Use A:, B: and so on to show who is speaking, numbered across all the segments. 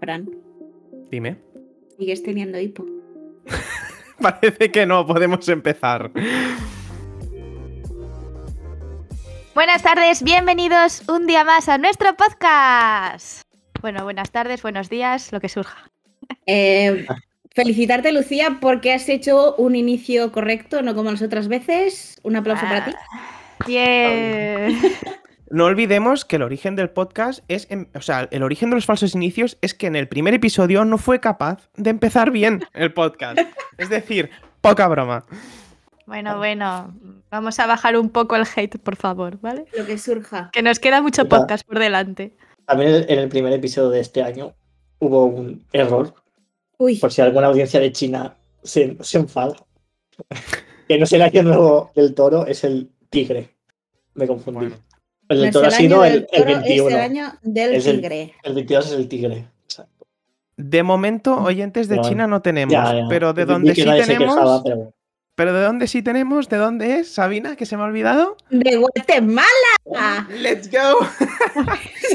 A: Fran,
B: Dime.
A: ¿sigues teniendo hipo?
B: Parece que no, podemos empezar.
C: Buenas tardes, bienvenidos un día más a nuestro podcast. Bueno, buenas tardes, buenos días, lo que surja.
A: Eh, felicitarte, Lucía, porque has hecho un inicio correcto, no como las otras veces. Un aplauso para ti.
C: Bien.
B: No olvidemos que el origen del podcast es. en- o sea, el origen de los falsos inicios es que en el primer episodio no fue capaz de empezar bien el podcast. Es decir, poca broma.
C: Bueno, bueno, vamos a bajar un poco el hate, por favor, ¿vale?
A: Lo que surja.
C: Que nos queda mucho
D: Venga.
C: podcast por delante.
D: También en el primer episodio de este año hubo un error,
A: Uy,
D: por si alguna audiencia de China se, se enfada. que no es el año nuevo del toro, es el tigre. Me confundí.
B: Bueno.
D: El del
A: no
D: toro ha
A: es el
D: sido
A: año
D: el,
A: del toro,
D: el
A: es
D: 21.
A: el
D: El,
A: año del
D: Es el-
A: tigre.
D: 22 es el tigre. Exacto.
B: De momento, oyentes de
D: Bueno.
B: China no tenemos.
D: Ya, ya.
B: Pero de
D: Vi- vi
B: donde
D: que
B: sí
D: nadie se
B: tenemos.
D: quejaba, pero bueno.
B: pero de donde sí tenemos, ¿de dónde es? Sabina, que se me ha olvidado.
A: ¡De Guatemala!
B: ¡Let's go!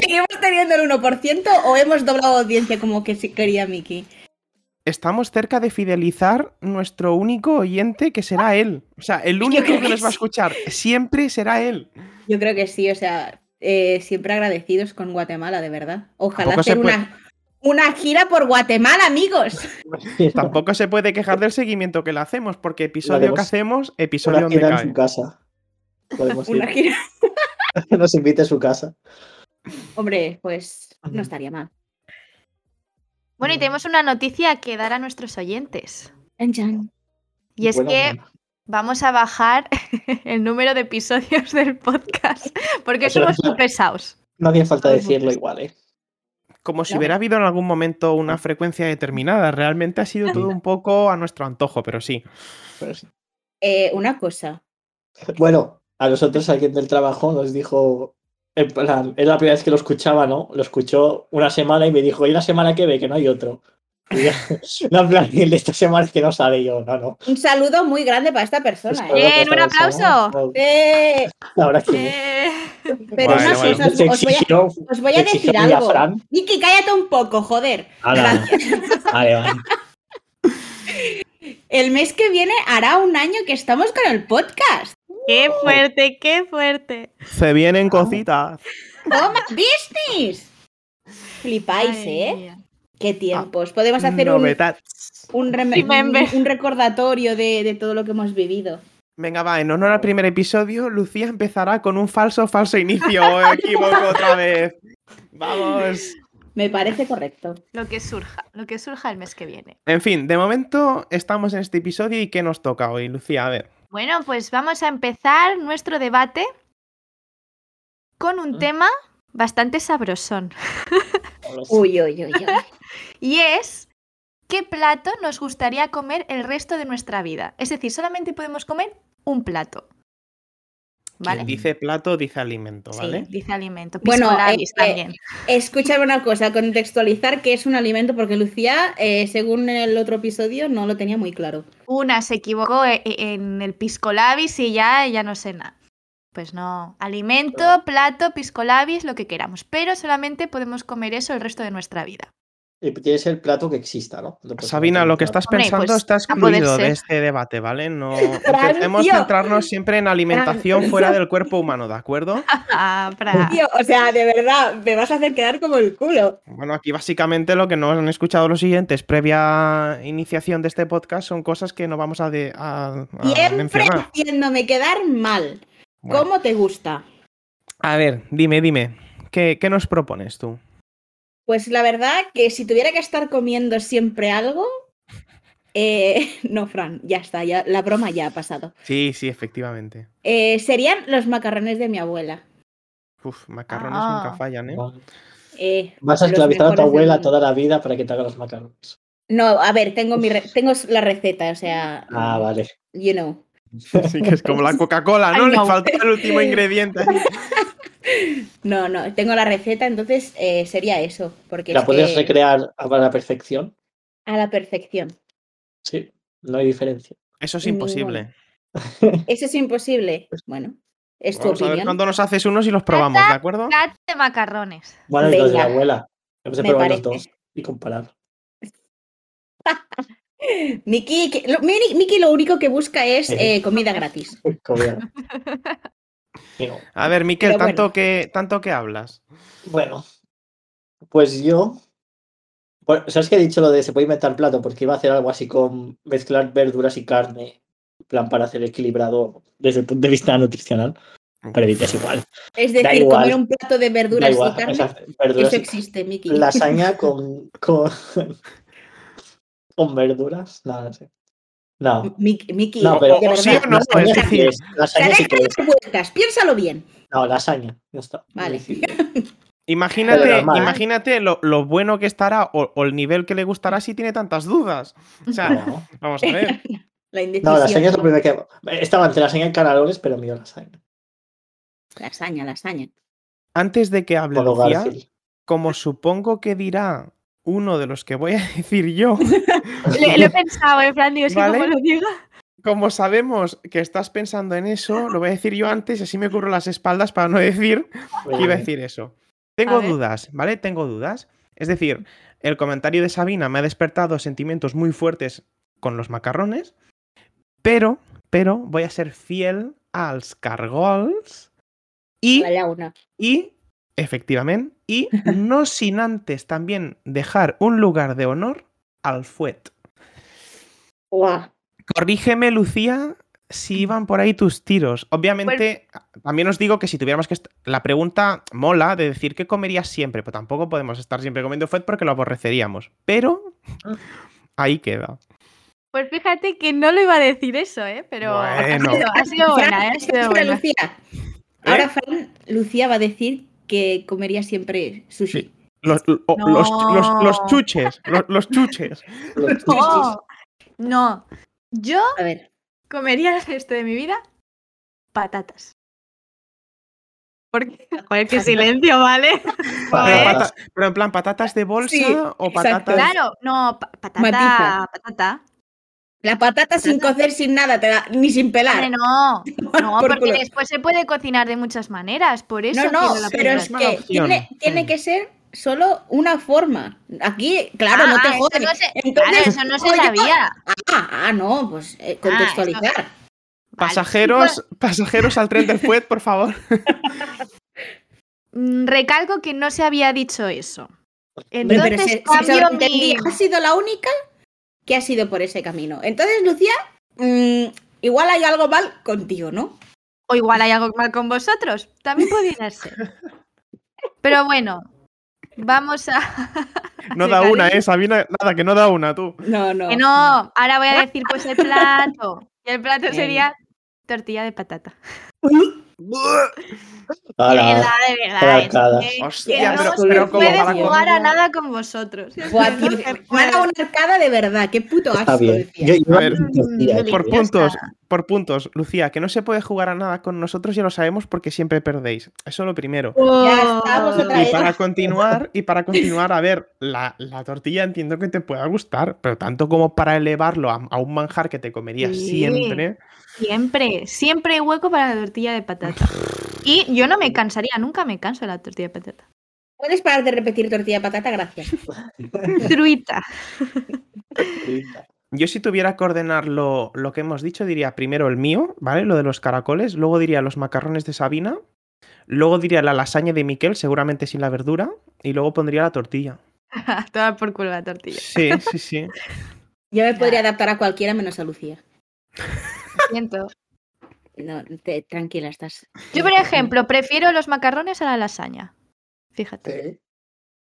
A: ¿Seguimos teniendo el 1% o hemos doblado audiencia como que sí quería Miki?
B: Estamos cerca de fidelizar nuestro único oyente, que será él. O sea, el único
A: creo
B: que
A: que
B: nos va a
A: sí.
B: escuchar siempre será él.
A: Yo creo que sí, o sea, eh, siempre agradecidos con Guatemala, de verdad. Ojalá
B: Tampoco
A: hacer
B: se puede-
A: una, una gira por Guatemala, amigos.
B: Tampoco se puede quejar del seguimiento que le hacemos, porque episodio
D: hacemos.
B: que hacemos, episodio
D: Una
B: donde
D: gira en su
B: cae.
D: casa. Podemos ir.
A: Una gira.
D: Que nos invite a su casa.
A: Hombre, pues no estaría mal.
C: Bueno, y tenemos una noticia que dar a nuestros oyentes. Y es
D: Bueno,
C: que
D: bueno.
C: vamos a bajar el número de episodios del podcast, porque
D: Eso
C: somos
D: es-
C: muy pesados.
D: No hacía falta
C: Ay,
D: decirlo
C: pues.
D: igual, ¿eh?
B: Como si
A: No.
B: hubiera habido en algún momento una frecuencia determinada. Realmente ha sido todo un poco a nuestro antojo, pero sí.
D: Pero sí.
A: Eh, una cosa.
D: Bueno, a nosotros alguien del trabajo nos dijo, en plan, es la primera vez que lo escuchaba, ¿no? Lo escuchó una semana y me dijo, ¿y la semana que ve que no hay otro? Y ya, no, en plan, el de esta semana es que no sabe Y yo, no, no.
A: Un saludo muy grande para esta
D: Pues
A: persona.
D: claro
A: ¿eh?
D: que
C: Bien, un
D: esta persona,
C: aplauso.
D: no,
A: Eh,
D: Ahora sí.
C: Eh,
A: pero
B: Bueno,
A: una
B: bueno.
A: cosa, os,
D: Se
A: os voy a,
D: exigió,
A: os voy a
D: se
A: decir
D: exigió un
A: algo.
D: diafragma.
A: Niki, cállate un poco, joder.
D: Ala. Vale, vale.
A: El mes que viene hará un año que estamos con el podcast.
C: ¡Qué fuerte, qué fuerte!
B: Se vienen cositas.
A: ¡Toma business! Flipáis,
C: Madre
A: ¿eh?
C: mía.
A: Qué tiempos. Podemos hacer un,
B: Novedades.
A: un, rem-
C: Remember.
A: un- un recordatorio de, de todo lo que hemos vivido.
B: Venga, va, en honor al primer episodio, Lucía empezará con un falso, falso inicio. Me equivoco otra vez. Vamos.
A: Me parece correcto.
C: Lo que surja, lo que surja el mes que viene.
B: En fin, de momento estamos en este episodio y ¿qué nos toca hoy, Lucía? A ver.
C: Bueno, pues vamos a empezar nuestro debate con un
D: Mm.
C: tema bastante sabrosón.
A: Uy, uy, uy, uy.
C: Y es, ¿qué plato nos gustaría comer el resto de nuestra vida? Es decir, solamente podemos comer un plato.
B: Quien
C: ¿Vale?
B: dice plato, dice alimento,
A: Sí.
B: ¿vale?
C: Dice alimento.
A: Bueno,
C: Bueno,
A: eh,
C: también.
A: Escúchame una cosa, contextualizar que es un alimento, porque Lucía, eh, según el otro episodio, no lo tenía muy claro.
C: Una se equivocó e- e- en el piscolabis y ya, ya no sé nada. Pues no, alimento, plato, piscolabis, lo que queramos, pero solamente podemos comer eso el resto de nuestra vida.
D: Y tiene que ser el plato que exista, ¿no? No puede ser
B: Sabina,
D: otro
B: lo que
D: plato.
B: estás
C: Hombre,
B: pensando
C: pues,
B: está
C: a poder
B: excluido de
C: ser.
B: este debate, ¿vale? No intentemos
A: tío.
B: centrarnos siempre en alimentación fuera del cuerpo humano, ¿de acuerdo?
C: Ah, pra.
A: o sea, de verdad, me vas a hacer quedar como el culo.
B: Bueno, aquí básicamente lo que no han escuchado los siguientes previa iniciación de este podcast son cosas que no vamos a, de- a- a
A: Siempre
B: mencionar.
A: haciéndome quedar mal.
B: Ah, Bueno,
A: ¿Cómo te gusta?
B: a ver, dime, dime, ¿qué, qué nos propones tú?
A: Pues la verdad que si tuviera que estar comiendo siempre algo. eh, no, Fran, ya está, ya, la broma ya ha pasado.
B: Sí, sí, efectivamente.
A: Eh, serían los macarrones de mi abuela.
B: Uf, macarrones
C: Ah.
B: nunca fallan, ¿eh?
A: Eh,
D: Vas a
A: los
D: esclavizar a tu
A: mejores del
D: abuela
A: mundo.
D: toda la vida para que te haga los macarrones.
A: No, a ver, tengo, mi re- tengo la receta, o sea,
D: Ah, vale.
A: you know.
B: Sí, que es como la Coca-Cola, ¿no?
C: Ay,
B: Le
C: no.
B: falta el último ingrediente.
A: No, no, tengo la receta, entonces eh, sería eso, porque
D: ¿La
A: es
D: puedes
A: que-
D: recrear a la perfección?
A: a la perfección.
D: Sí, no hay diferencia.
B: Eso es
A: Ninguna.
B: imposible.
A: ¿Eso es imposible? Bueno, es tu
B: Vamos a ver
A: opinión.
B: cuándo nos haces unos y los probamos, ¿de acuerdo?
C: Plato de macarrones.
D: Bueno, y los de la
A: Venga.
D: abuela. Hemos
A: Me
D: probado los
A: parece.
D: dos. y comparar.
A: Miki, que- lo- Mini- Miki lo único que busca es
D: Sí.
A: eh, comida gratis.
D: Uy, comida. Y no.
B: A ver, Miquel,
A: Pero bueno.
B: tanto, que, tanto que hablas.
D: Bueno, pues yo. Bueno, ¿Sabes que he dicho lo de se puede inventar plato? Porque iba a hacer algo así con mezclar verduras y carne, en plan para hacer equilibrado desde el punto de vista nutricional. Pero es igual.
A: Es
D: Da
A: decir,
D: igual.
A: comer un plato de
D: Da
A: verduras
D: igual.
A: y carne.
D: esas verduras
A: Eso
D: y-
A: existe, Miki.
D: Lasaña con. con, con verduras. No, no sé. No.
A: Miki, Miki,
D: No,
B: pero-
A: de
B: o sí o
A: verdad.
B: no,
D: lasaña
B: es
D: sí
B: decir,
D: que es, Lasaña sí
A: Deja
D: que
A: de
D: es.
A: dar vueltas, piénsalo bien.
D: No, lasaña. Ya está.
A: Vale.
B: Imagínate,
D: Pero normal.
B: imagínate lo, lo bueno que estará o, o el nivel que le gustará si tiene tantas dudas. O sea,
D: No,
B: vamos a ver.
A: La indecisión.
D: no lasaña es lo primero que hago. Estaba entre lasaña y canalones, pero mío lasaña.
A: Lasaña, lasaña.
B: Antes de que hable
D: Con lo
B: Lucía,
D: Garfield.
B: como supongo que dirá uno de los que voy a decir yo,
C: Le- lo he pensado, en plan, digo, es que
B: Vale.
C: como lo diga.
B: como sabemos que estás pensando en eso, lo voy a decir yo antes y así me cubro las espaldas para no decir que iba a decir eso. Tengo
C: ver.
B: dudas, ¿vale? Tengo dudas. Es decir, el comentario de Sabina me ha despertado sentimientos muy fuertes con los macarrones, pero, pero voy a ser fiel als cargols y,
A: La llauna.
B: y efectivamente, y no sin antes también dejar un lugar de honor al fuet.
A: Guau.
B: Corrígeme, Lucía, si iban por ahí tus tiros. Obviamente,
A: Pues
B: también os digo que si tuviéramos que... est- La pregunta mola de decir qué comerías siempre, pues tampoco podemos estar siempre comiendo fuet porque lo aborreceríamos. Pero
A: Mm.
B: ahí queda.
C: Pues fíjate que no lo iba a decir eso, ¿eh? Pero
B: Bueno.
C: ha, sido, ha sido buena,
A: Fran,
C: ¿eh? Ha
A: esta es
C: sido
A: para
C: buena.
A: Lucía. Ahora Fran, Lucía va a decir que comería siempre sushi.
B: Sí. Los, lo- o- los- los- los
C: No.
B: chuches, los, los chuches.
D: Los
C: No, Oh. no, yo
A: A ver,
C: comería el resto de mi vida patatas. Porque, joder, qué silencio, ¿vale?
B: Pero,
C: Joder.
D: Patatas.
B: pata- pero en plan, ¿patatas de bolsa
A: Pues Sí,
B: o
A: exacto.
B: patatas...?
C: Claro, no, pa- patata,
A: Matiza.
C: patata.
A: la patata sin cocer, sin nada, te la- ni sin pelar.
C: Hombre, no, no,
A: Por
C: porque
A: culo.
C: después se puede cocinar de muchas maneras, por eso.
A: No, no,
C: quiero la
A: pero
C: primera.
A: es
B: primera
A: que
B: opción.
A: tiene, tiene
B: Mm.
A: que ser solo una forma. Aquí, claro,
C: Ah,
A: no
C: ah,
A: te
C: eso
A: joden.
C: no se-
A: Entonces,
C: claro, eso no se
A: oye,
C: sabía.
A: Ah, ah, no, pues eh,
C: Ah,
A: contextualizar.
C: Vale.
B: Pasajeros, pasajeros al tren del fuet, por favor.
C: Mm, Recalco que no se había dicho eso.
A: Hombre,
C: Entonces
A: pero se- se
C: cambio mi-
A: sobreentendía. Ha sido la única que ha sido por ese camino. Entonces, Lucía, mm, igual hay algo mal contigo, ¿no?
C: O igual hay algo mal con vosotros. También podría ser. Pero bueno, vamos a.
B: No da una, eh, Sabina. Nada, que no da una, tú.
A: No, no.
C: Que no, ahora voy a decir pues el plato. Y el plato
A: Venga.
C: sería tortilla de patata. De
D: Ala.
C: verdad, de verdad. es
D: arcadas.
C: que- que
B: Hostia,
C: no
B: pero,
A: se
B: pero como
C: puedes
B: para
A: comer.
C: jugar a nada con vosotros. Es
A: Buah,
C: que
A: tío,
C: no
A: que
C: se
A: me ha dado
C: puede.
A: una arcada de verdad. Qué puto asco,
D: Está bien.
A: Lucía.
D: Yo, yo
B: A ver,
D: tortilla,
C: mm,
D: tío.
B: Por
C: Ya
B: puntos,
C: está.
B: por puntos, Lucía, que no se puede jugar a nada con nosotros, ya lo sabemos porque siempre perdéis. Eso lo primero.
A: Ya estamos otra
B: Y
A: vez.
B: para continuar, y para continuar, a ver, la, la tortilla entiendo que te pueda gustar, pero tanto como para elevarlo a, a un manjar que te comerías
C: Sí.
B: siempre.
C: Siempre, siempre hay hueco para la tortilla de patata. Y yo no me cansaría, nunca me canso de la tortilla de patata.
A: ¿Puedes parar de repetir tortilla de patata? Gracias.
C: Truita.
B: Yo si tuviera que ordenar lo, lo que hemos dicho, diría primero el mío, ¿vale? Lo de los caracoles, luego diría los macarrones de Sabina, luego diría la lasaña de Miquel, seguramente sin la verdura, y luego pondría la tortilla.
C: Toda por culo la tortilla.
B: Sí, sí, sí.
A: Yo me podría adaptar a cualquiera menos a Lucía.
C: Lo siento.
A: No, te- tranquila, estás.
C: Yo, por ejemplo, prefiero los macarrones a la lasaña. Fíjate.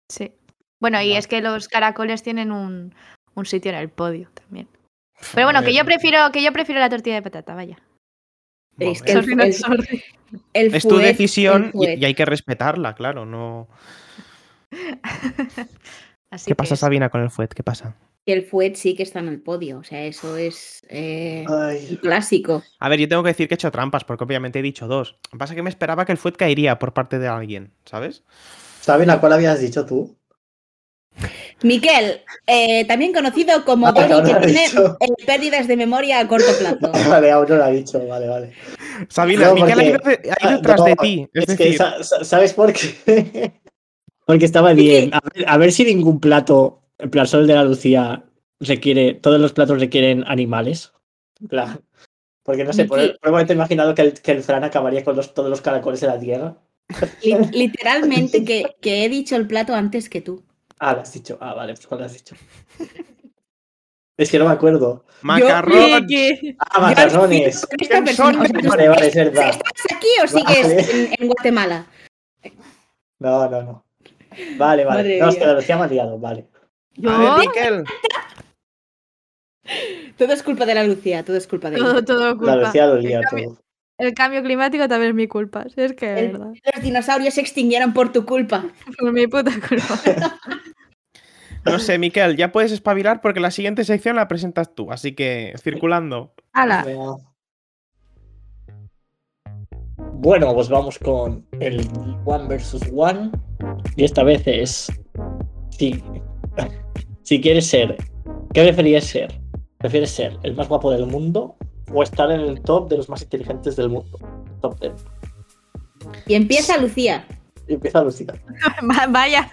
D: Sí.
C: Sí. Bueno, y
D: Vale.
C: es que los caracoles tienen un, un sitio en el podio también. Pero bueno, que
B: Vale.
C: yo prefiero, que yo prefiero la tortilla de patata, vaya.
A: Es que
B: Bueno,
A: el-
C: Sorry, not
A: el-
C: sorry.
A: El
B: es tu
A: fuet, el
B: decisión y,
A: fuet.
B: y hay que respetarla, claro, no.
C: Así
B: ¿Qué pasa,
C: es-
B: Sabina, con el fuet? ¿Qué pasa?
A: Que el fuet sí que está en el podio. O sea, eso es eh,
D: Ah.
A: un
D: Ay.
A: clásico.
B: A ver, yo tengo que decir que he hecho trampas, porque obviamente he dicho dos. Lo que pasa es que me esperaba que el fuet caería por parte de alguien, ¿sabes?
D: Sabina, ¿cuál habías dicho tú?
A: Miquel, eh, también conocido como
D: Ah,
A: Dori,
D: no lo
A: que
D: he
A: tiene
D: dicho.
A: eh, pérdidas de memoria a corto plazo.
D: Vale, aún no lo ha dicho. Vale, vale.
B: Sabina,
D: No,
B: Miquel ha ido,
D: porque-
B: de- ha ido
D: Ah,
B: tras
D: no,
B: de ti. Es,
D: Es que,
B: decir,
D: sa- sa- ¿sabes por qué? Porque estaba bien. A ver, a ver si ningún plato En plan, solo el de la Lucía requiere, todos los platos requieren animales. En plan, porque no sé, por,
A: Sí.
D: por un momento he imaginado que el, que el Fran acabaría con los- todos los caracoles de la tierra.
A: Li- literalmente que, que he dicho el plato antes que tú.
D: Ah, lo has dicho. Ah, vale, pues cuál lo has dicho. Es que no me acuerdo.
B: Macarrón.
D: Ah, macarrones.
A: Yo al final con esta
B: Macarrones.
A: persona-
D: Vale, vale, es verdad.
A: ¿Estás aquí o sigues en, en Guatemala?
D: No, no, no. Vale, vale.
A: Madre
D: No, es que
A: mía.
D: lo decía más liado, vale.
B: A ver,
C: Yo,
B: Miquel.
A: Todo es culpa de la Lucía, todo es culpa de ella.
C: todo, todo
D: La
C: culpa.
D: Lucía lo lía todo.
C: El cambio climático también es mi culpa. si es que es
A: El-
C: verdad.
A: Los dinosaurios se extinguieron por tu culpa.
C: Por mi puta culpa.
B: No sé, Miquel, ya puedes espabilar porque la siguiente sección la presentas tú, así que circulando.
C: Hala.
D: Venga. Bueno, pues vamos con el One versus One. Y esta vez es. Si, si quieres ser. ¿Qué preferirías ser? ¿Prefieres ser el más guapo del mundo o estar en el top de los más inteligentes del mundo? Top 10.
A: Y empieza Lucía.
D: Y empieza Lucía.
C: Va- Vaya.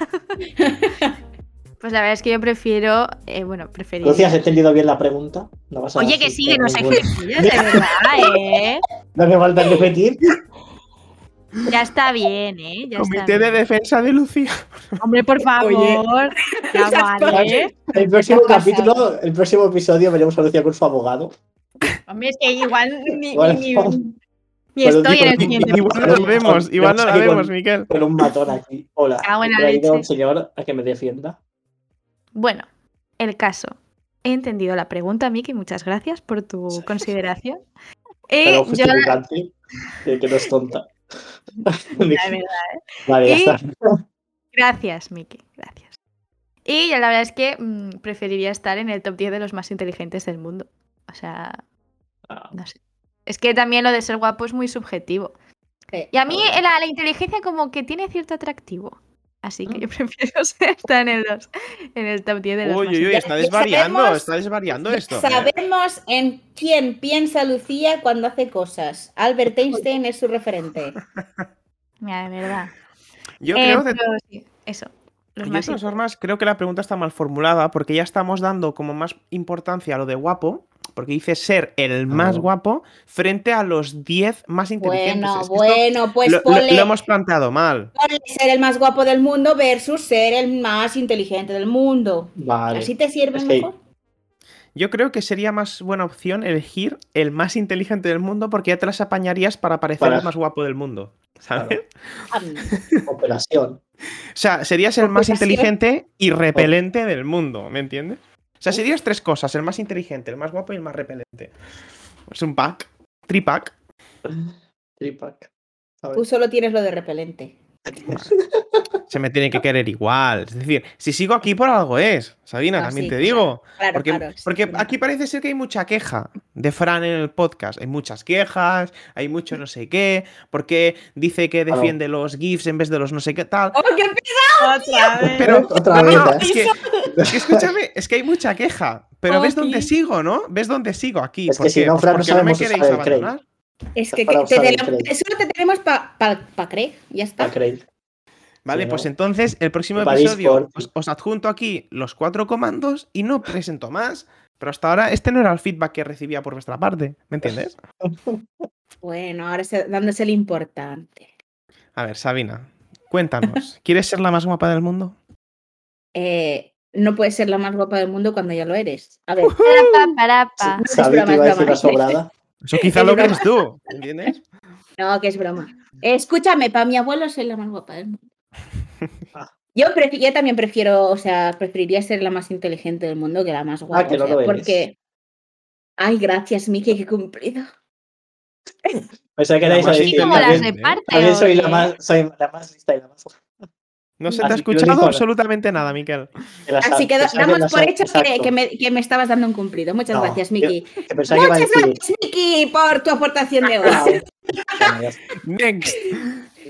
C: Pues la verdad es que yo prefiero. eh, bueno, preferir.
D: Lucía, ¿has entendido bien la pregunta? No vas a
C: Oye, que
D: decir
C: sí, que no sé
D: ninguna.
C: gilipollas, de verdad, ¿eh?
D: No hace falta repetir.
C: Ya está bien, ¿eh? Ya está
B: Comité de
C: bien.
B: defensa de Lucía.
C: Hombre, por favor. Ya vale.
D: El próximo
A: Te has
D: capítulo, el próximo episodio veremos a Lucía con su abogado.
C: Hombre, es que igual ni,
D: Igual
C: ni-
D: no.
C: ni
D: Pues
C: estoy en el
D: digo,
C: siguiente.
B: Igual no
C: episodio.
B: la vemos, igual no la vemos, Miquel.
D: con un matón aquí. Hola.
A: Ah,
C: Cago en
D: he
C: la
D: traído
C: leche.
D: a un señor a que me defienda.
C: Bueno, el caso. He entendido la pregunta, Miki. Muchas gracias por tu consideración. Eh,
D: Pero
C: yo, la
D: justificante. eh, que no es tonta.
C: la verdad,
D: vale, ya
C: Y-
D: está.
C: Gracias, Miki, gracias. Y ya la verdad es que mm, preferiría estar en el top 10 de los más inteligentes del mundo. O sea,
D: Ah,
C: no sé. Es que también lo de ser guapo es muy subjetivo.
A: Eh,
C: Y a mí la, la inteligencia como que tiene cierto atractivo. Así
D: Mm.
C: que yo prefiero ser- estar en, el dos- en el top 10 de los
B: Uy,
C: más
B: uy, uy,
A: Ya-
B: está
A: ya
B: desvariando,
A: sabemos-
B: está desvariando esto.
A: Sabemos en quién piensa Lucía cuando hace cosas. Albert Einstein es su referente.
C: inteligentes. Mira, de verdad.
B: Yo
C: Eh,
B: creo de
C: pero sí, eso. Los
B: Yo,
C: más
B: de todas formas, creo que la pregunta está mal formulada porque ya estamos dando como más importancia a lo de guapo, porque dice ser el más
D: Claro.
B: guapo frente a los 10 más inteligentes.
A: Bueno,
B: Es que esto
A: bueno, pues
B: lo, lo-
A: ponle,
B: lo hemos planteado mal.
A: ponle ser el más guapo del mundo versus ser el más inteligente del mundo.
D: vale.
A: Así te sirve
D: Es que-
A: mejor.
B: Yo creo que sería más buena opción elegir el más inteligente del mundo porque ya te las apañarías para parecer
D: Para-
B: el más guapo del mundo. ¿sabes?
D: Claro.
A: Ah, no.
D: Pues- Operación.
B: O sea, serías el más
A: Porque así-
B: inteligente y repelente del mundo, ¿me entiendes? O sea, serías tres cosas, el más inteligente, el más guapo y el más repelente. Es un pack, tripack.
D: Tripack. A ver.
A: Tú solo tienes lo de repelente.
B: se me tiene que querer igual. Es decir, si sigo aquí por algo es, Sabina,
A: Ah,
B: también
A: sí,
B: te
A: claro,
B: digo.
A: Claro,
B: porque
A: claro.
B: porque
A: sí.
B: aquí parece ser que hay mucha queja de Fran en el podcast. Hay muchas quejas, hay mucho no sé qué, porque dice que
D: Claro.
B: defiende los GIFs en vez de los no sé qué tal.
A: ¡Oh, qué pe-
C: Otra vez.
B: Pero
D: Otra
B: no,
D: vez.
B: no,
D: ¿eh?
B: es, que, es que escúchame, es que hay mucha queja.
A: Oh,
B: Pero ves dónde
C: Ok.
B: sigo, ¿no? ¿Ves dónde sigo aquí?
D: Es que
B: ¿Por
D: si
B: qué?
D: no,
B: Pues
D: Fran, no
B: porque no me
D: sabemos
B: queréis
D: usar el Craig.
B: abandonar.
A: Es que,
D: Para
A: que- te
D: usar el
A: tenemos-
D: tren.
A: solo te tenemos para pa, pa Craig, ya está.
D: Ah, Craig.
B: Vale,
D: Sí,
B: pues
D: ¿no?
B: entonces el próximo
D: Para
B: episodio
D: Discord.
B: os, os adjunto aquí los cuatro comandos y no presento más. Pero hasta ahora este no era el feedback que recibía por vuestra parte, ¿me entiendes?
A: Bueno, ahora se- dándose el importante.
B: A ver, Sabina, cuéntanos, ¿quieres ser la más guapa del mundo?
A: Eh, no puedes ser la más guapa del mundo cuando ya lo eres. A ver,
C: Parapa, parapa.
A: es
D: Sabía
A: broma,
D: que iba a
A: es broma.
D: decir una sobrada.
B: Eso quizá
A: Es
B: lo
A: broma.
B: crees tú, ¿me entiendes?
A: No, que es broma. Escúchame, para mi abuelo soy la más guapa del mundo.
D: Ah.
A: Yo, prefi- yo también prefiero, o sea, preferiría ser la más inteligente del mundo que la más guapa.
D: Ah, que
A: o
D: no
A: sea,
D: lo eres.
A: Porque. Ay, gracias, Miki, que cumplido.
D: Pensaba que erais a
B: Además,
D: decir.
C: Y como las
D: También,
B: ¿eh?
C: reparte.
D: también soy la
C: oye.
D: más, soy la más lista y la más.
B: No se te
D: Así
B: ha
D: que lo
B: escuchado
D: digo.
B: absolutamente nada, Miquel.
D: que las-
A: Así que do-
D: pensaba
A: damos
D: las-
A: por hecho que,
D: exacto.
A: que me, que me estabas dando un cumplido. Muchas
D: No,
A: gracias,
D: yo-
A: Miki.
D: que pensaba que iba a
A: Muchas
D: decir.
A: gracias, Miki, por tu aportación de hoy.
D: "Wow". Bueno, ya está.
B: Next.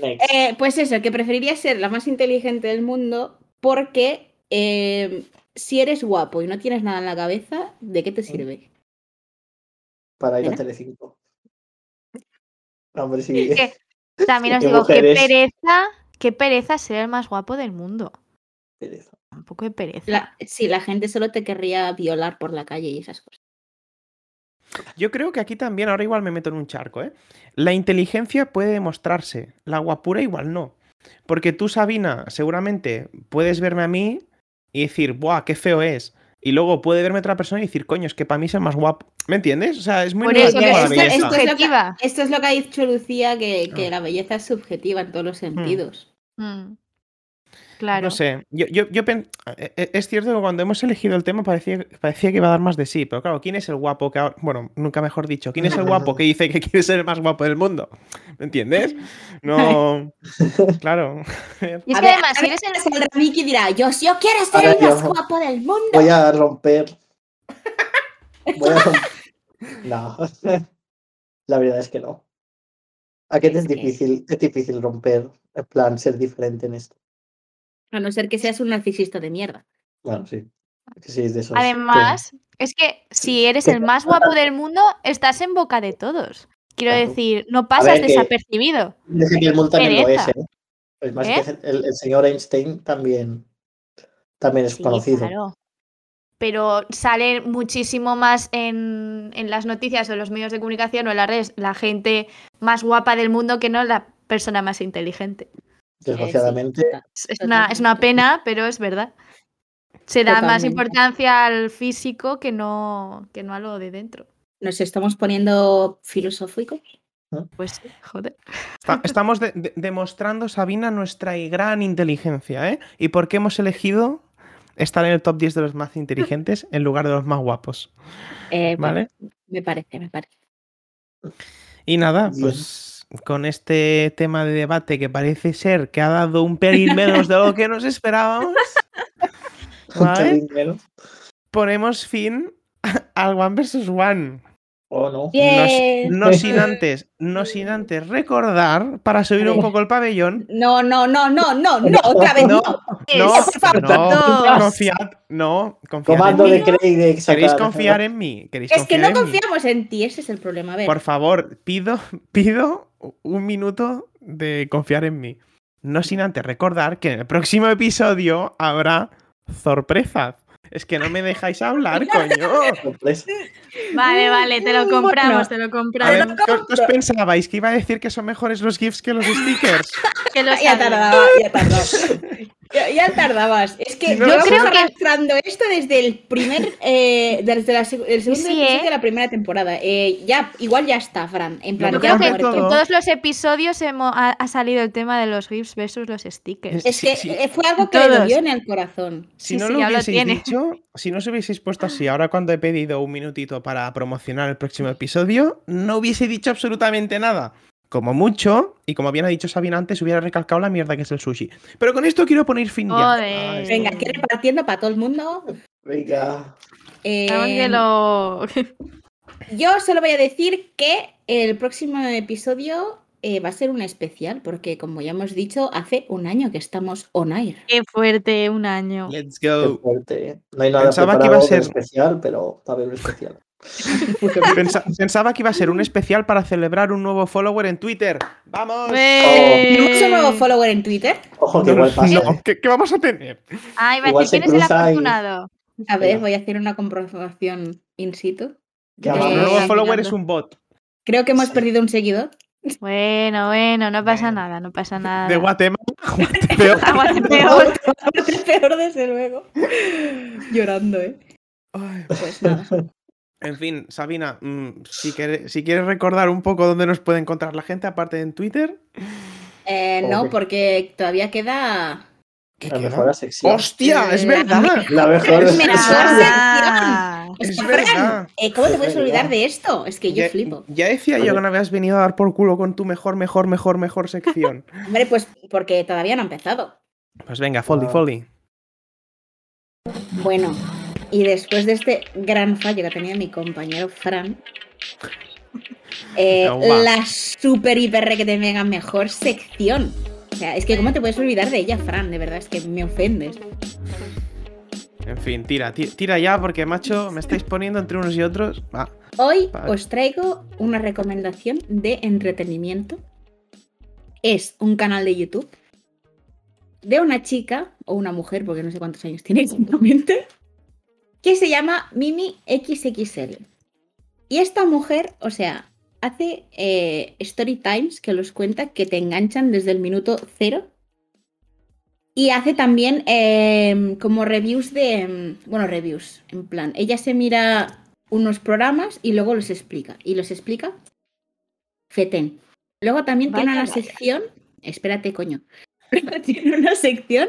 D: Next.
A: Eh, pues eso, que preferiría ser la más inteligente del mundo porque eh, si eres guapo y no tienes nada en la cabeza, ¿de qué te sirve?
D: para ir a
A: Mira.
D: Telecinco. No, Hombre, sí.
C: Es que también os
D: Qué
C: digo, qué
D: mujeres.
C: pereza, qué pereza ser el más guapo del mundo.
D: pereza.
C: un poco de pereza.
A: La, sí, la gente solo te querría violar por la calle y esas cosas.
B: Yo creo que aquí también, ahora igual me meto en un charco, ¿eh? La inteligencia puede demostrarse, la guapura igual no. Porque tú, Sabina, seguramente puedes verme a mí y decir, ¡buah, qué feo es! Y luego puede verme otra persona y decir, coño, es que para mí es el más guapo. ¿Me entiendes? O sea, es muy
C: Por eso,
B: relativo a la
C: que
A: esto,
C: es
B: belleza.
A: esto es lo que,
C: subjetiva.
A: esto es lo que ha dicho Lucía, que, que la belleza es subjetiva en todos los sentidos.
C: Mm. Claro.
B: No sé, yo, yo, yo pen- e- e- es cierto que cuando hemos elegido el tema parecía, parecía que iba a dar más de sí, pero claro, ¿quién es el guapo que ahora- bueno, nunca mejor dicho, ¿quién es el guapo que dice que quiere ser el más guapo del mundo? ¿Me entiendes? No, claro.
C: Y es
A: A
C: que
A: ver,
C: además,
A: a
C: si
A: ver,
C: eres el
A: saldrá Miki y dirá, yo, si yo quiero ser
D: A ver,
A: el más
D: yo-
A: guapo del mundo.
D: Voy a romper. Voy a romper. No. La verdad es que no. ¿A qué te
A: Es
D: es
A: que-
D: difícil, es difícil romper, en plan, ser diferente en esto?
A: A no ser que seas un narcisista de mierda.
D: Bueno, sí. Que sí, es de esos que-
C: Además, es que si eres el más guapo del mundo, estás en boca de todos. Quiero
D: Claro.
C: decir, no pasas
D: ver, que-
C: desapercibido.
D: Dice que el Moore también lo es,
C: pereza.
D: ¿eh? Es más
C: ¿Eh?
D: que el, el señor Einstein también, también es
C: Sí,
D: conocido.
C: claro. Pero sale muchísimo más en, en las noticias o en los medios de comunicación o en las redes la gente más guapa del mundo que no la persona más inteligente.
D: Desgraciadamente,
A: Eh, sí,
C: Es- Es una, es una
A: Totalmente.
C: pena, pero es verdad. Se da más
A: Totalmente.
C: importancia al físico que no, que no a lo de dentro.
A: Nos estamos poniendo filosóficos.
C: Pues sí, joder.
B: Esta- Estamos de- de- demostrando, Sabina, nuestra gran inteligencia, ¿eh? ¿Y por qué hemos elegido estar en el top 10 de los más inteligentes en lugar de los más guapos?
A: Eh,
B: ¿Vale?
A: Me parece, me parece.
B: Y nada,
D: Bien.
B: pues con este tema de debate que parece ser que ha dado un pelín menos de lo que nos esperábamos,
D: un
B: ¿vale?
D: pelín menos.
B: ponemos fin al One versus One.
D: o no.
B: No,
A: Bien. Pues
B: s- no sin antes, no sin antes recordar para subir un
A: Bien.
B: poco el pabellón.
A: No, no, no, no, no, no, otra vez no.
B: No, No,
A: por favor,
B: no,
C: dos.
B: confiad, no, confiad en
D: Comando
B: mí.
D: de Craig de
B: ¿Queréis
D: sacar-
B: confiar en mí? ¿Queréis
A: Es que
B: confiar
A: no
B: en mí?
A: confiamos en ti, ese es el problema. A ver,
B: Por favor, pido, pido un minuto de confiar en mí. No sin antes recordar que en el próximo episodio habrá sorpresas. Es que no me dejáis hablar, coño.
D: sorpresa.
C: Vale, vale, te lo
A: Bueno.
C: compramos, te lo
B: A ver,
C: compramos.
B: ¿qué os- qué os pensabais? ¿Que iba a decir que son mejores los GIFs que los stickers?
C: que lo
A: ya
C: sabía.
A: tardaba, ya tardabas. Ya, ya tardabas. Es que
B: No,
A: yo
B: no,
A: creo
C: no.
A: que arrastrando esto desde el primer, eh, desde la seg- el segundo
C: Sí,
A: episodio
C: ¿eh?
A: de la primera temporada. Eh, ya, igual ya está, Fran. En plan,
B: Yo
A: ya
C: creo que
A: muerto.
B: todo-
C: En todos los episodios hemo- ha, ha salido el tema de los GIFs versus los stickers.
A: Es que
B: Sí, sí.
A: eh, fue algo que le
C: Todos.
A: dio en el corazón.
B: Si
C: Sí,
B: no
C: sí,
B: lo
C: ya lo
B: hubieseis
C: tiene.
B: dicho, si no os hubieseis puesto así, ahora cuando he pedido un minutito para promocionar el próximo episodio, no hubiese dicho absolutamente nada. Como mucho, y como bien ha dicho Sabina antes, hubiera recalcado la mierda que es el sushi. Pero con esto quiero poner fin ya.
C: Joder.
D: Ay,
A: Venga, que repartiendo para todo el mundo.
D: Venga.
A: Eh,
C: Vamos que lo-
A: Yo solo voy a decir que el próximo episodio eh, va a ser un especial, porque como ya hemos dicho, hace un año que estamos on air.
C: Qué fuerte, un año.
B: Let's
D: Qué
B: go.
D: fuerte, ¿eh? No hay nada
B: Pensaba que
D: preparado
B: iba a
D: de
B: ser-
D: especial, pero va a haber un especial.
B: Pensa- pensaba que iba a ser un especial para celebrar un nuevo follower en Twitter. ¡Vamos!
A: Tenemos un nuevo
C: Eh...
A: follower en Twitter.
D: Ojo, que
B: No,
D: igual pasa.
B: no,
D: ¿eh?
B: ¿qué, qué vamos a tener?
C: Ay, va a
D: Igual
C: decir,
D: se
C: ¿quién es el
D: cruza y-
C: afortunado?
A: A ver,
D: Venga.
A: voy a hacer una comprobación in situ.
D: Que
A: Eh,
B: Nuestro
D: vamos.
B: nuevo
C: ya
B: follower
C: mirando.
B: es un bot
A: Creo que hemos
D: Sí.
A: perdido un seguidor.
C: Bueno, bueno, no pasa
B: Bueno.
C: nada, no pasa nada.
B: de Guatemala. Guatepeor.
C: Aguante, peor.
A: Peor, desde luego. Llorando, ¿eh?
B: Ay,
A: Pues nada.
B: En fin, Sabina, mm, si, quere- si quieres recordar un poco dónde nos puede encontrar la gente, aparte de en Twitter.
A: Eh, no,
D: Joder.
A: porque todavía queda
B: ¿Qué
D: La
B: queda?
D: mejor sección.
B: ¡Hostia! ¡Es
A: La
B: verdad!
D: La mejor
A: Es mejor
C: Ah.
A: Es
B: Es
A: que,
B: verdad.
A: Fran, eh, ¿Cómo te
D: Es
A: puedes
D: verdad.
A: olvidar de esto? Es que yo
B: ya,
A: flipo.
B: ya decía yo que no habías venido a dar por culo con tu mejor, mejor, mejor, mejor sección.
A: Hombre, pues porque todavía no ha empezado.
B: Pues venga, Foldy,
D: Ah.
B: Foldy.
A: Bueno, y después de este gran fallo que tenía mi compañero Fran, eh,
B: No más.
A: la super hiper que te mega mejor sección. O sea, es que ¿cómo te puedes olvidar de ella, Fran? De verdad, es que me ofendes.
B: En fin, tira, ti- tira ya, porque macho, me estáis poniendo entre unos y otros. Ah,
A: Hoy
B: Vale.
A: os traigo una recomendación de entretenimiento. Es un canal de YouTube de una chica, o una mujer, porque no sé cuántos años tiene exactamente, que se llama Mimi XXL. Y esta mujer, o sea, hace eh, story times que los cuenta que te enganchan desde el minuto cero. Y hace también eh, como reviews de. em, Bueno, reviews, en plan. Ella se mira unos programas y luego los explica. Y los explica Feten. Luego también
C: Vaya,
A: tiene una
C: vaya.
A: sección. Espérate, coño. Luego tiene una sección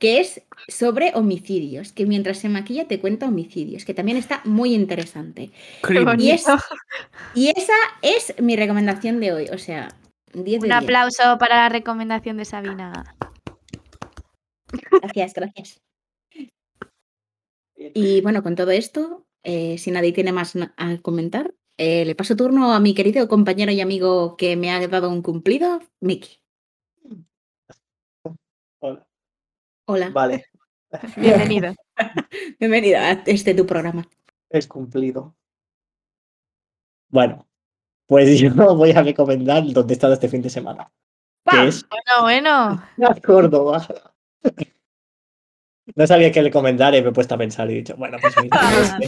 A: que es sobre homicidios. Que mientras se maquilla te cuenta homicidios. Que también está muy interesante.
B: Creepy.
A: Y es- Y esa es mi recomendación de hoy. O sea, 10 de
C: Un
A: 10.
C: aplauso para la recomendación de Sabina.
A: Gracias, gracias. Y bueno, con todo esto, eh, si nadie tiene más na- a comentar, eh, le paso turno a mi querido compañero y amigo que me ha dado un cumplido, Miki.
D: Hola.
A: Hola,
D: Vale,
C: Bienvenido.
A: bienvenida a este tu programa.
D: es cumplido. Bueno, pues yo voy a recomendar dónde he estado este fin de semana.
C: ¡Pam!
D: Que es
C: Bueno, bueno.
D: a Córdoba. No sabía qué recomendar y me he puesto a pensar y he dicho, bueno, pues mira,
C: Ah.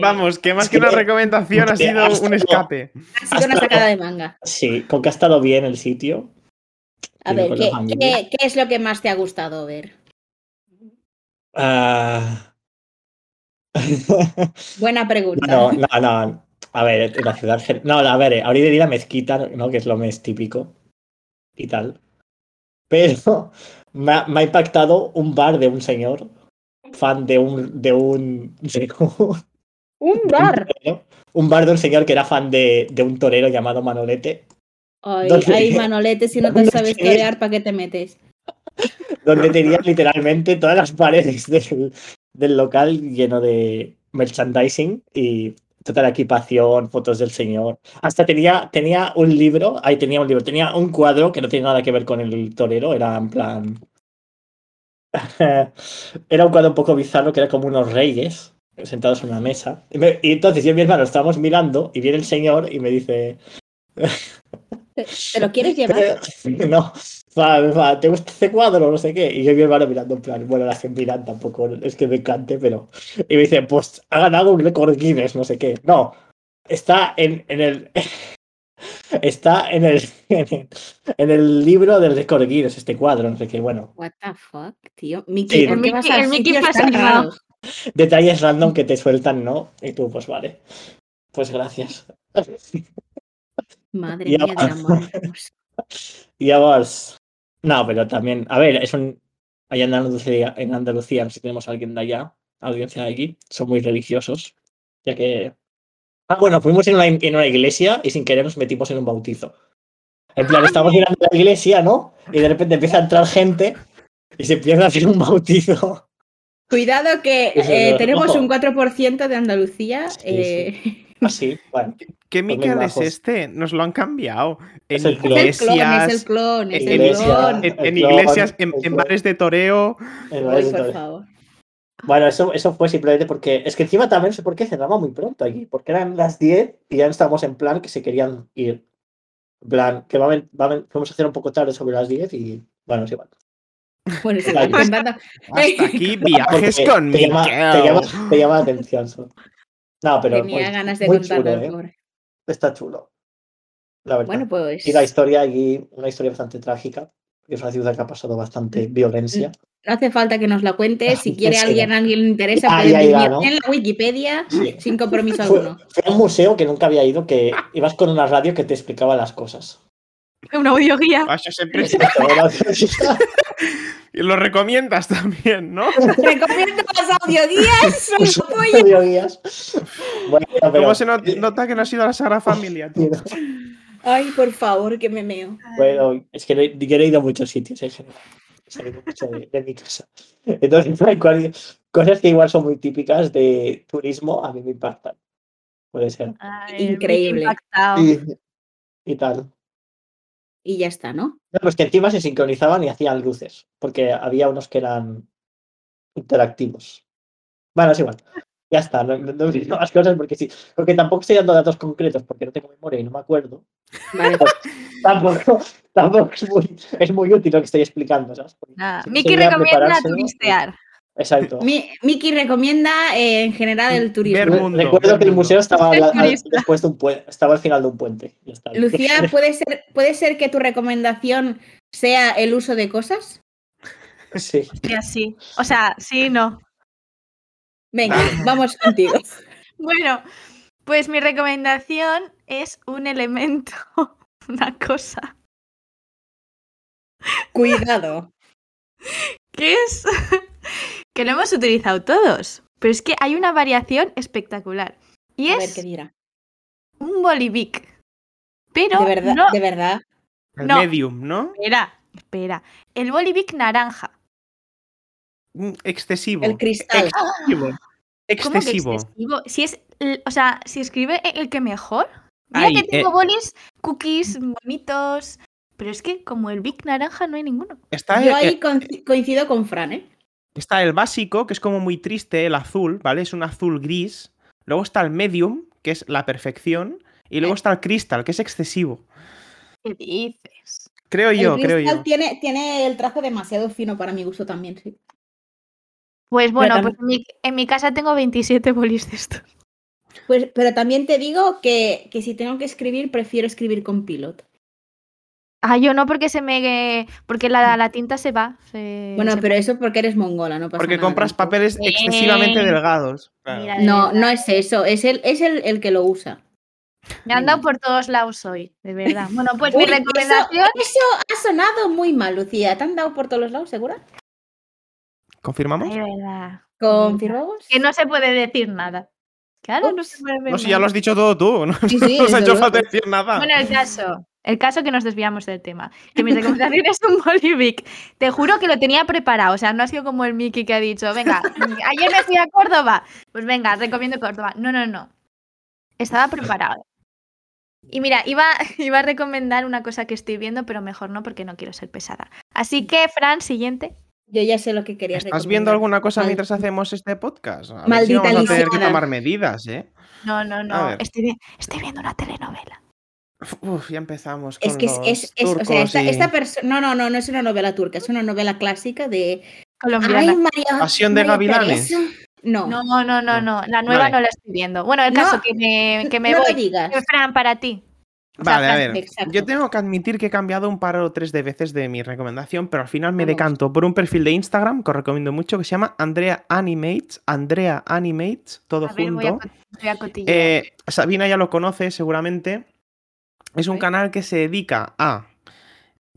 B: Vamos, que más que
D: Sí.
B: una recomendación ha sido
D: Hasta
B: un
D: luego.
B: escape.
A: Ha sido una
D: Hasta
A: sacada de manga.
D: sí, con que ha estado bien el sitio,
A: A
D: Y
A: ver,
D: con
A: ¿qué,
D: la familia.
A: qué, qué es lo que más te ha gustado ver?
D: Ah.
A: Buena pregunta.
D: no, no, no. A ver, en la ciudad. gen- No, a ver, ahorita diría mezquita, ¿no? Que es lo más típico y tal. Pero me ha, me ha impactado un bar de un señor, fan de un. de un. de un,
A: ¡Un bar!
D: torero, un bar de un señor que era fan de, de un torero llamado Manolete,
A: Ay,
D: ¿Dónde?
A: ay, Manolete, si no te
D: ¿Dónde
A: sabes
D: es?
A: torear, ¿para qué te metes?
D: donde tenía literalmente todas las paredes del, del local lleno de merchandising y toda la equipación, fotos del señor. Hasta tenía, tenía un libro, ahí tenía un libro, tenía un cuadro que no tenía nada que ver con el torero, era en plan... era un cuadro un poco bizarro que era como unos reyes sentados en una mesa. Y, me- y entonces yo y mi hermano estábamos mirando y viene el señor y me dice...
A: ¿Te, te lo quieres llevar?
D: Pero- No, va, va, ¿te gusta este cuadro? No sé qué. Y yo y mi hermano mirando en plan, bueno, la gente mirando tampoco es que me encante, pero. Y me dicen, pues ha ganado un récord Guinness, no sé qué. No, está en, en el. Está en el, en el en el libro del récord Guinness, este cuadro, no sé qué. Bueno,
A: What the fuck, tío. Miki,
D: Sí.
A: ¿por qué vas
C: El
A: a
C: Miki- el Miki
A: sitios
C: pasa
A: tan
C: animado.
A: raros?
D: detalles random que te sueltan, ¿no? Y tú, pues vale. Pues gracias.
A: Madre
D: Y
A: mía, del
D: ahora-
A: amor hermoso.
D: Y vos. No, pero también, a ver, es un. Allá en Andalucía, en Andalucía, si tenemos a alguien de allá, audiencia de aquí, son muy religiosos. Ya que. Ah, bueno, fuimos en una, en una iglesia y sin querer nos metimos en un bautizo. En plan, estamos mirando la iglesia, ¿no? Y de repente empieza a entrar gente y se empieza a hacer un bautizo.
A: Cuidado que
D: Eso
A: eh,
D: no.
A: tenemos un 4% de Andalucía.
D: Sí,
A: eh,
D: Así, bueno.
B: ¿Qué
D: También
B: Miquel es
D: bajos.
B: este? Nos lo han cambiado.
D: Pues Es
B: En
D: el clon.
A: Es el clon, es el clon, es el
B: iglesias,
D: Iglesia,
A: clon.
B: en,
D: el
B: en
D: clon,
B: iglesias, en,
D: el
B: en
D: clon.
B: bares de toreo.
D: en
A: Ay,
D: lugar de
A: por
D: todo.
A: favor.
D: Bueno, eso, eso fue simplemente porque. Es que encima también no sé por qué cerraba muy pronto allí. Porque eran las 10 y ya estábamos en plan que se querían ir. En plan, que va a ven- va a ven- vamos a hacer un poco tarde sobre las 10 y. Bueno, sí, bueno.
A: Bueno, se
D: Vale.
A: está intentando-
B: Hasta aquí
D: Porque
B: viajes Ah, con
D: te llama, te,
B: Miquel.
D: llama, te llama la atención. solo. No, pero.
A: Tenía
D: muy-
A: ganas de
D: muy
A: contarlo.
D: chulo,
A: el
D: ¿eh?
A: pobre.
D: Está chulo. La verdad.
A: Bueno, pues.
D: Y la historia allí, una historia bastante trágica. porque Es una ciudad que ha pasado bastante
A: Mm.
D: violencia.
A: No hace falta que nos la cuentes. Si quiere
D: Sí.
A: alguien, alguien le interesa,
D: Ah,
A: pueden
D: ya irá,
A: ir
D: ¿no?
A: en la Wikipedia
D: Sí.
A: sin compromiso
D: Fue,
A: alguno.
D: fue a un museo que nunca había ido, que ibas con una radio que te explicaba las cosas.
C: Un audioguía.
B: Vaya, siempre-
D: Era-
B: Y lo recomiendas también, ¿no?
A: Recomiendo los audioguías. soy
D: Pues,
A: como yo.
D: teorías. Bueno, pero-
B: ¿Cómo se not- nota que no has ido a la Sagrada Familia? tú?
A: Ay, por favor, que me meo.
D: Bueno, es que no he- yo no he ido a muchos sitios en general. He salido mucho de, de mi casa. Entonces, hay cual- cosas que igual son muy típicas de turismo, a mí me impactan. Puede ser.
C: Ay,
A: Increíble.
C: impactado.
D: Y, y tal.
A: Y ya está, ¿no?
D: No, pues que encima se sincronizaban y hacían luces, porque había unos que eran interactivos. Bueno, es igual. Ya está, no, no, no digo más cosas porque sí. Porque tampoco estoy dando datos concretos porque no tengo memoria y no me acuerdo.
A: Vale.
D: Tampoco, tampoco es muy, es muy útil lo que estoy explicando, ¿sabes? Porque
C: Nada.
D: si
C: Miki
D: quisiera
C: recomienda
D: prepararse, ¿no?
C: turistear.
D: Exacto.
A: Mi- Miki recomienda eh, en general el
B: Ver
A: turismo.
B: mundo,
D: Recuerdo
B: ver
D: que el
B: mundo.
D: museo estaba,
C: Usted
D: al-
C: es
D: al-
C: turista.
D: después de un pue- estaba al final de un puente. Ya está.
A: Lucía, ¿puede ser, ¿puede ser que tu recomendación sea el uso de cosas?
D: Sí.
C: Y así. O sea, sí, no.
A: Venga,
B: Ah.
A: vamos contigo.
C: Bueno, pues mi recomendación es un elemento, una cosa,
A: Cuidado.
C: que es que lo hemos utilizado todos, pero es que hay una variación espectacular. Y
A: A ver
C: es
A: qué dirá.
C: un bolivic. Pero
A: De verdad,
C: no,
A: de verdad.
B: El
C: No.
B: medium, ¿no?
C: espera, espera. El bolivic naranja.
B: Mm, Excesivo.
A: El cristal.
B: Excesivo.
C: ¿Cómo que
B: Excesivo.
C: excesivo? Si es, l- o sea, si escribe e- el que mejor. Mira
B: Ay,
C: que tengo
B: eh.
C: bolis, cookies, bonitos. Pero es que como el Big naranja no hay ninguno.
B: Está
A: Yo
B: el, eh,
A: ahí conci- coincido con Fran, ¿eh?
B: está el básico, que es como muy triste, el azul, ¿vale? Es un azul gris. Luego está el medium, que es la perfección. Y
A: Eh.
B: luego está el cristal, que es excesivo.
C: ¿Qué dices?
B: Creo yo,
A: el
B: creo
A: cristal
B: yo.
A: Tiene, tiene el trazo demasiado fino para mi gusto también, sí.
C: Pues bueno,
A: tam-
C: pues en mi, en mi casa tengo 27 bolis de estos.
A: Pues, pero también te digo que, que si tengo que escribir, prefiero escribir con pilot.
C: Ah, yo no porque se me... porque la, la tinta se va. se-
A: Bueno,
C: se-
A: pero eso porque eres mongola, no pasa
B: Porque
A: nada,
B: compras
A: tampoco.
B: papeles
C: Eh,
B: excesivamente delgados. Claro.
C: mira,
A: No, no es eso, es el, es el, el que lo usa.
C: Me han dado por todos lados hoy, de verdad. Bueno, pues
A: Uy,
C: mi
A: eso-
C: recomendación...
A: Eso ha sonado muy mal, Lucía. ¿Te han dado por todos los lados, segura?
B: ¿Confirmamos?
C: Ay, verdad.
B: Mm.
A: ¿Confirmamos?
C: Que no se puede decir nada. Claro, no se puede decir
B: No, si ya
C: nada.
B: lo has dicho todo tú. No,
A: Sí, sí, desde
B: no nos ha hecho
A: luego.
B: falta decir nada.
C: Bueno, el caso. El caso que nos desviamos del tema. Que mi recomendación es un Bolivic. Te juro que lo tenía preparado. O sea, no ha sido como el Miki que ha dicho, venga, ayer me fui a Córdoba. Pues venga, recomiendo Córdoba. No, no, no. Estaba preparado. Y mira, iba, iba a recomendar una cosa que estoy viendo, pero mejor no porque no quiero ser pesada. Así que, Fran, siguiente.
A: Yo ya sé lo que quería
B: ¿Estás viendo alguna cosa
A: Mal-
B: mientras hacemos este podcast? A ver si
A: Maldita
B: vamos a tener que
A: lisiada.
B: tomar medidas, ¿eh?
C: No, no,
B: A
C: no.
B: ver.
C: Estoy, vi- estoy viendo una telenovela.
B: Uf, ya empezamos con
A: Es que es,
B: los
A: es- es- o sea,
B: turcos
A: esta,
B: y
A: persona. No, no, no, no es una novela turca, es una novela clásica de.
C: Colombiana.
A: ¡Ay, María!
B: Pasión de
A: María
B: gavilanes.
A: Teresa. No,
C: No,
A: no,
C: no, no, no, La nueva
B: Vale.
C: no la estoy viendo. Bueno, el caso
A: No,
C: que me, que me
A: lo
C: voy.
A: digas.
C: Eh, Fran, para ti. O sea,
B: Vale, a
C: Fran,
B: ver.
A: exacto.
B: Yo tengo que admitir que he cambiado un par o tres de veces de mi recomendación, pero al final me
A: Vamos.
B: decanto por un perfil de Instagram que os recomiendo mucho que se llama Andrea Animates. Andrea Animates, todo
C: A ver, voy a,
B: junto.
C: cot- voy a cotillear.
B: Eh, Sabina ya lo conoce seguramente. Es un
C: Ok.
B: canal que se dedica a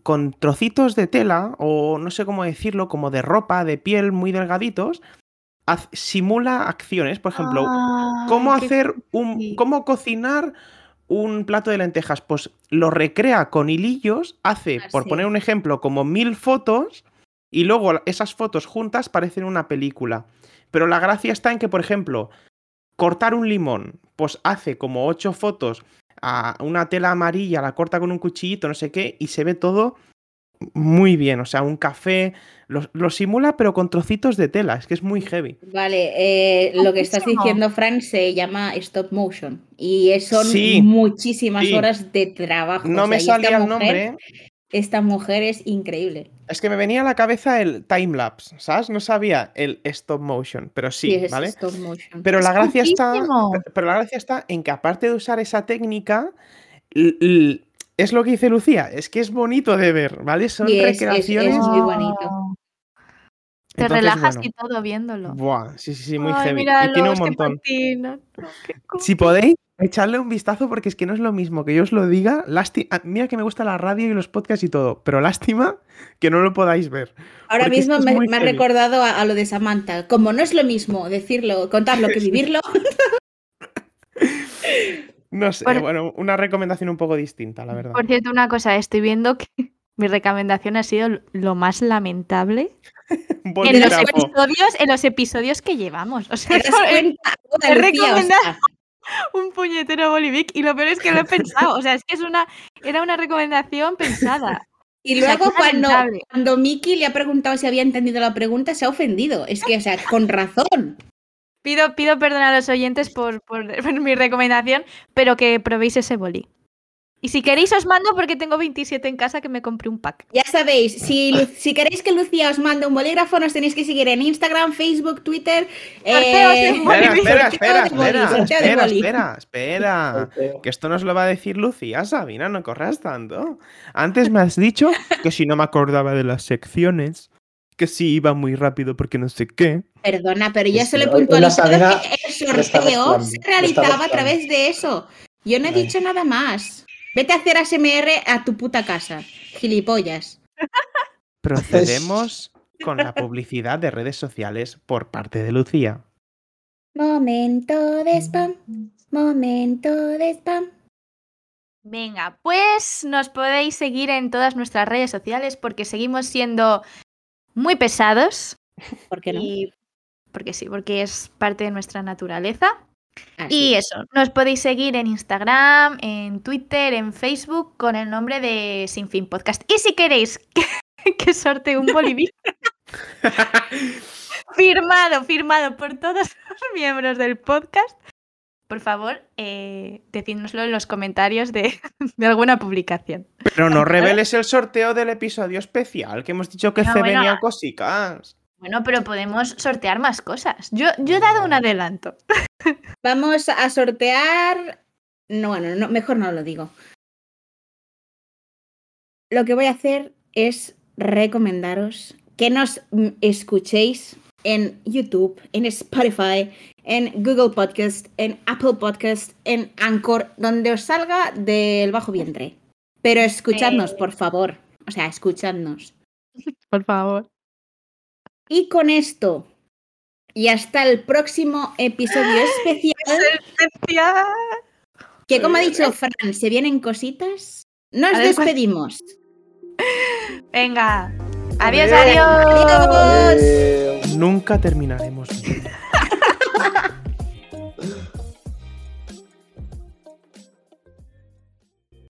B: con trocitos de tela o no sé cómo decirlo, como de ropa, de piel muy delgaditos, haz- simula acciones, por ejemplo,
C: Ah. Ay,
B: ¿Cómo
C: qué-
B: hacer un.
C: fácil.
B: cómo cocinar un plato de lentejas? Pues lo recrea con hilillos, hace,
A: Ah,
B: por
A: sí.
B: poner un ejemplo, como mil fotos, y luego esas fotos juntas parecen una película. Pero la gracia está en que, por ejemplo, cortar un limón, pues hace como ocho fotos a una tela amarilla, la corta con un cuchillito, no sé qué, y se ve todo muy bien. O sea, un café. Lo, lo simula, pero con trocitos de tela. Es que es muy heavy.
A: Vale, eh, lo que estás
C: Muchísimo.
A: diciendo, Fran, se llama stop motion y es- son
B: Sí,
A: muchísimas
B: sí.
A: horas de trabajo.
B: No
A: o
B: me
A: sea, y esta
B: salía
A: mujer-
B: el nombre. ¿eh?
A: Esta mujer es increíble.
B: Es que me venía a la cabeza el timelapse, ¿sabes? No sabía el stop motion, pero sí,
A: es
B: ¿vale?
A: stop motion.
B: Pero la
C: Es
B: gracia está.
C: coquísimo.
B: Pero la gracia está en que aparte de usar esa técnica, l- l- es lo que dice Lucía, es que es bonito de ver, ¿vale? Son
A: Sí, es- es-
B: recreaciones.
A: es muy
C: Oh,
A: bonito.
C: Te
B: Entonces,
C: relajas
B: bueno.
C: y todo viéndolo.
B: Buah, sí, sí, sí, muy
C: Ay,
B: heavy.
C: míralo,
B: y tiene un
C: es que
B: montón.
C: patina. Oh, qué cool.
B: Si podéis, echarle un vistazo porque es que no es lo mismo que yo os lo diga. Lásti- ah, Mira que me gusta la radio y los podcasts y todo, pero lástima que no lo podáis ver.
A: Ahora
B: porque
A: mismo
B: esto es
A: me,
B: muy
A: me ha
B: heavy.
A: recordado a, a lo de Samantha. Como no es lo mismo decirlo, contarlo que vivirlo,
B: No sé,
C: Por-
B: bueno, una recomendación un poco distinta, la verdad.
C: Por cierto, una cosa, estoy viendo que mi recomendación ha sido lo más lamentable
B: Buen
C: en los,
B: trapo.
C: episodios, en los episodios que llevamos. O sea,
A: te das cuenta. Hola,
C: Te
A: Lucía, o
C: recomienda-
A: sea,
C: un puñetero Bolivic y lo peor es que lo he pensado. O sea, es que es una, era una recomendación pensada.
A: Y
C: O sea,
A: luego
C: qué
A: cuando,
C: lamentable.
A: cuando Miki le ha preguntado si había entendido la pregunta, se ha ofendido. Es que, o sea, con razón.
C: Pido, pido perdón a los oyentes por, por- por mi recomendación, pero que probéis ese boli. Y si queréis os mando porque tengo 27 en casa que me compré un pack.
A: Ya sabéis, si, Lu- si queréis que Lucía os mande un bolígrafo, nos tenéis que seguir en Instagram, Facebook, Twitter.
C: Sorteos de boli,
B: Espera, espera, espera,
A: sorteo de boli,
B: espera,
A: sorteo de
B: espera,
A: boli.
B: espera, espera. Que esto nos lo va a decir Lucía, Sabina, no corras tanto. Antes me has dicho que si no me acordaba de las secciones, que si iba muy rápido porque no sé qué.
A: Perdona, pero yo
D: Sí,
A: solo he
D: sí. Hoy- hoy la
A: puntualizado
D: Sabina
A: que el
D: lo está
A: sorteo
D: mezclando,
A: se
D: lo está
A: realizaba a
D: mezclando.
A: través de eso. Yo no he
D: Vale.
A: dicho nada más. Vete a hacer ASMR a tu puta casa, gilipollas.
B: Procedemos con la publicidad de redes sociales por parte de Lucía.
A: Momento de spam, momento de spam.
C: Venga, pues nos podéis seguir en todas nuestras redes sociales porque seguimos siendo muy pesados.
A: ¿Por qué no?
C: Y porque sí, porque es parte de nuestra naturaleza.
A: Así
C: Y
A: es.
C: eso, nos podéis seguir en Instagram, en Twitter, en Facebook con el nombre de Sin Fin Podcast. Y si queréis que, que sortee un bolivic firmado, firmado por todos los miembros del podcast, por favor, eh, decídnoslo en los comentarios de, de alguna publicación.
B: Pero no reveles el sorteo del episodio especial, que hemos dicho que
C: No,
B: se
C: bueno.
B: venía cosicas.
C: Bueno, pero podemos sortear más cosas. Yo, yo he dado un adelanto.
A: Vamos a sortear. No, bueno, no, mejor no lo digo. Lo que voy a hacer es recomendaros que nos mm, escuchéis en YouTube, en Spotify, en Google Podcast, en Apple Podcast, en Anchor, donde os salga del bajo vientre. Pero escuchadnos,
C: Eh.
A: por favor. O sea, escuchadnos.
C: Por favor.
A: Y con esto, y hasta el próximo episodio especial, que como ha dicho Fran, se vienen cositas, nos
C: Eh, A ver cuál-
A: despedimos.
C: Venga. Adiós,
D: Adiós.
C: adiós.
A: Adiós.
D: Adiós.
A: Pues-
D: Eh,
B: Nunca terminaremos. bien.